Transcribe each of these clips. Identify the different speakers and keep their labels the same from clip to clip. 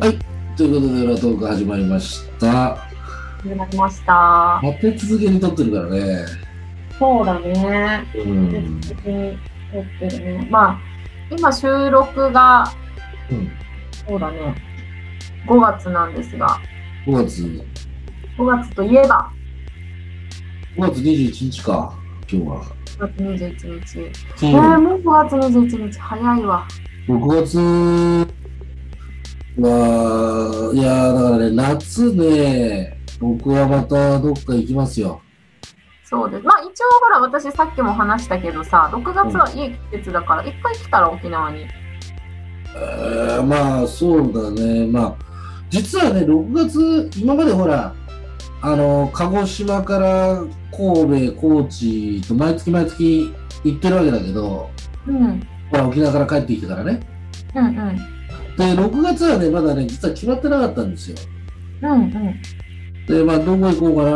Speaker 1: はい。ということで、裏トーク始まりました。
Speaker 2: 始まりました。
Speaker 1: 立て続けに撮ってるからね。
Speaker 2: そうだね。
Speaker 1: う。
Speaker 2: うんってるね。まあ、今収録が、
Speaker 1: うん。
Speaker 2: そうだね。5月なんですが、
Speaker 1: 5月、5
Speaker 2: 5月といえば、
Speaker 1: 月21日か、今日は。
Speaker 2: 5月21日。
Speaker 1: う
Speaker 2: えー、もう5月21日、早いわ。
Speaker 1: 6月は、いやーだからね、夏ね、僕はまたどっか行きますよ。
Speaker 2: そうです。まあ、一応ほら、私さっきも話したけどさ、6月はいい季節だから、一回来たら沖縄に。
Speaker 1: えーまあ、そうだね。まあ、実はね、6月、今までほら、あの、鹿児島から神戸、高知と毎月毎月行ってるわけだけど、
Speaker 2: うん。うん
Speaker 1: ほら、沖縄から帰ってきてからね。
Speaker 2: うん。
Speaker 1: で、6月はね、まだね、実は決まってなかったんですよ。
Speaker 2: うんうん。
Speaker 1: で、まあ、どこ行こうか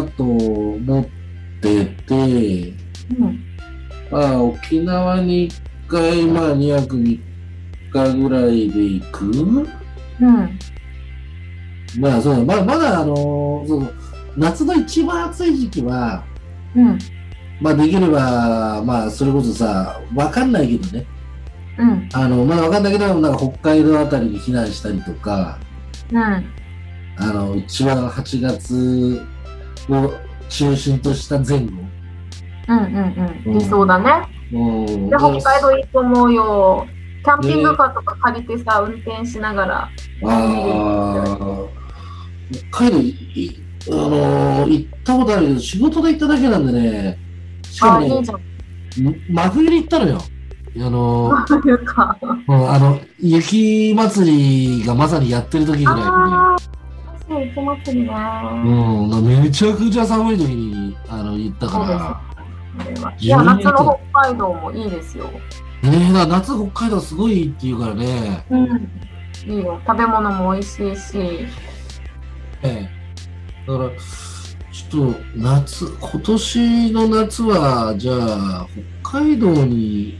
Speaker 1: なと思ってて、
Speaker 2: うん。
Speaker 1: まあ、沖縄に1回、まあ、2泊3日ぐらいで行く
Speaker 2: うん。
Speaker 1: まあ、そうだ、まだ、まだ、あのーそう夏の一番暑い時期は、
Speaker 2: うん。
Speaker 1: まあ、できれば、まあ、それこそさ、わかんないけどね、
Speaker 2: うん。
Speaker 1: あの、まだわかんないけど、なんか北海道あたりに避難したりとか、
Speaker 2: うん。
Speaker 1: あの、一番8月を中心とした前後。
Speaker 2: うんうんうん。理想だね。
Speaker 1: うん
Speaker 2: で、北海道いいと思うよ。キャンピングカーとか借りてさ、運転しながら。
Speaker 1: ああ、北海道い、いあのー行ったことあるけど、仕事で行っただけなんでね、しかも
Speaker 2: ああ、い
Speaker 1: ね
Speaker 2: いじゃん。
Speaker 1: 真冬に行ったのよ。あのー
Speaker 2: というか。
Speaker 1: うんあの、雪祭りがまさにやってる時ぐらい
Speaker 2: ああ、確かに行きますね。
Speaker 1: にね、うん、めちゃくちゃ寒い時にあの行ったか
Speaker 2: これはい
Speaker 1: い
Speaker 2: や、
Speaker 1: ね
Speaker 2: 夏の北海道もいいですよ。
Speaker 1: ら、ねえ、だから夏北海道すごいっていうからね、
Speaker 2: うん。いいよ。食べ物も美味しいし。
Speaker 1: ええ、だから、ちょっと夏、今年の夏は、じゃあ、北海道に、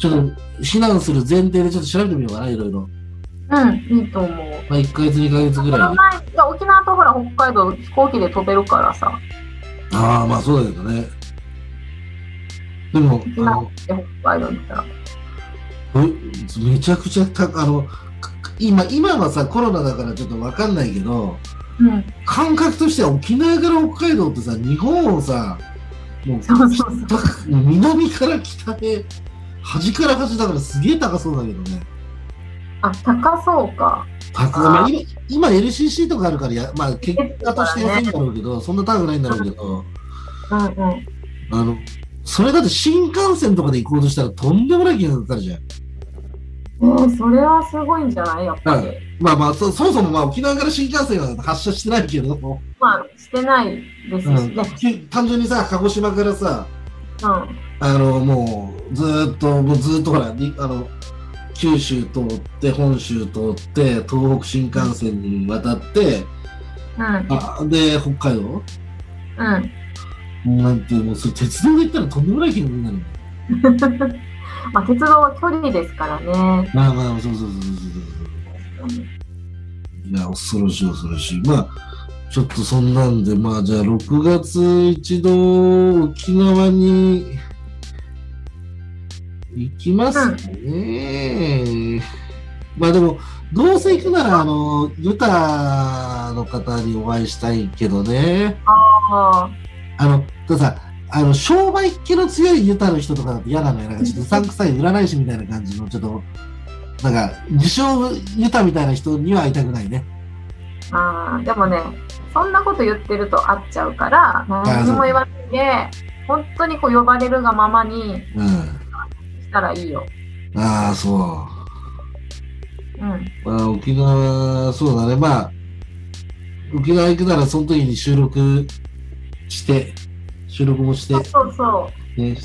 Speaker 1: ちょっと避難する前提でちょっと調べてみようかな、いろいろ。
Speaker 2: うん、いいと思う。
Speaker 1: まあ、1ヶ月、2ヶ月ぐ
Speaker 2: そ
Speaker 1: ら
Speaker 2: の
Speaker 1: い。
Speaker 2: 前いや沖縄とほら北海道飛行機で飛べるからさ、
Speaker 1: ああ、まあそうだけどね。でも、あ
Speaker 2: 今
Speaker 1: の、
Speaker 2: で北海道に行ったら。
Speaker 1: うめちゃくちゃたあのか今今はさコロナだからちょっとわかんないけど
Speaker 2: うん、
Speaker 1: 感覚としては沖縄から北海道ってさ日本をさもう
Speaker 2: そうそうそう。
Speaker 1: 北もう南から北へ端から端だからすげえ高そうだけどね
Speaker 2: あ、高そうか。
Speaker 1: 高
Speaker 2: あー
Speaker 1: まあ、今今 LCC とかあるからや、まあ、結果として安いんだろうけどそんな高くないんだろうけど
Speaker 2: うんうん。
Speaker 1: あのそれだって新幹線とかで行こうとしたらとんでもない金額かかるじゃん。
Speaker 2: うんそれはすごいんじゃないやっぱり。
Speaker 1: まあまあそそもそもまあ沖縄から新幹線は発車してないけど。
Speaker 2: まあ、してないですし、う。
Speaker 1: うんん、き単純にさ鹿児島からさあのもうずーっともうずーっとほらにあの九州通って本州通って東北新幹線に渡って
Speaker 2: うん。
Speaker 1: あで北海道
Speaker 2: うん。
Speaker 1: なんてもうそれ鉄道で行ったらとんでもない気分になるよ
Speaker 2: まあ、鉄道は距離ですからね。
Speaker 1: まあまあそうそうそうそうそういや恐ろしい恐ろしいまあちょっとそんなんでまあじゃあ6月一度沖縄に行きますね、まあでもどうせ行くならあのユタの方にお会いしたいけどね
Speaker 2: ああ、
Speaker 1: あのたださあの商売っ気の強いユタの人とかだと嫌なのよなんかちょっとうさんくさい占い師みたいな感じのちょっとなんか自称ユタみたいな人には会いたくないね
Speaker 2: ああ、でもね、そんなこと言ってると会っちゃうから、何にも言わないで、本当にこう呼ばれるがままに
Speaker 1: うん
Speaker 2: したらいいよ。
Speaker 1: ああそう
Speaker 2: うん。
Speaker 1: まあ、沖縄、そうだね、まあ、沖縄行くならその時に収録して、収録もして
Speaker 2: そう、そうそう。
Speaker 1: ね、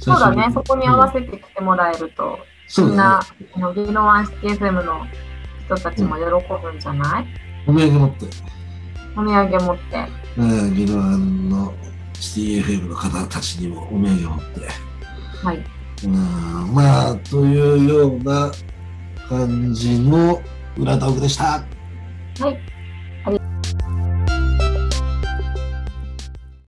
Speaker 2: そうだね。そこに合わ
Speaker 1: せ、
Speaker 2: せて来てもらえると、
Speaker 1: そ
Speaker 2: み
Speaker 1: うんだ
Speaker 2: な
Speaker 1: ね、、
Speaker 2: あの、ギノワンシティ FM の人たちも喜ぶんじゃない、
Speaker 1: お土産持って、
Speaker 2: お土産持って。
Speaker 1: うん、ギロアンの CFM の方たちにもお土産持って、
Speaker 2: はい。
Speaker 1: うん、まあ、というような感じの、
Speaker 3: 裏トークでした。
Speaker 1: はい。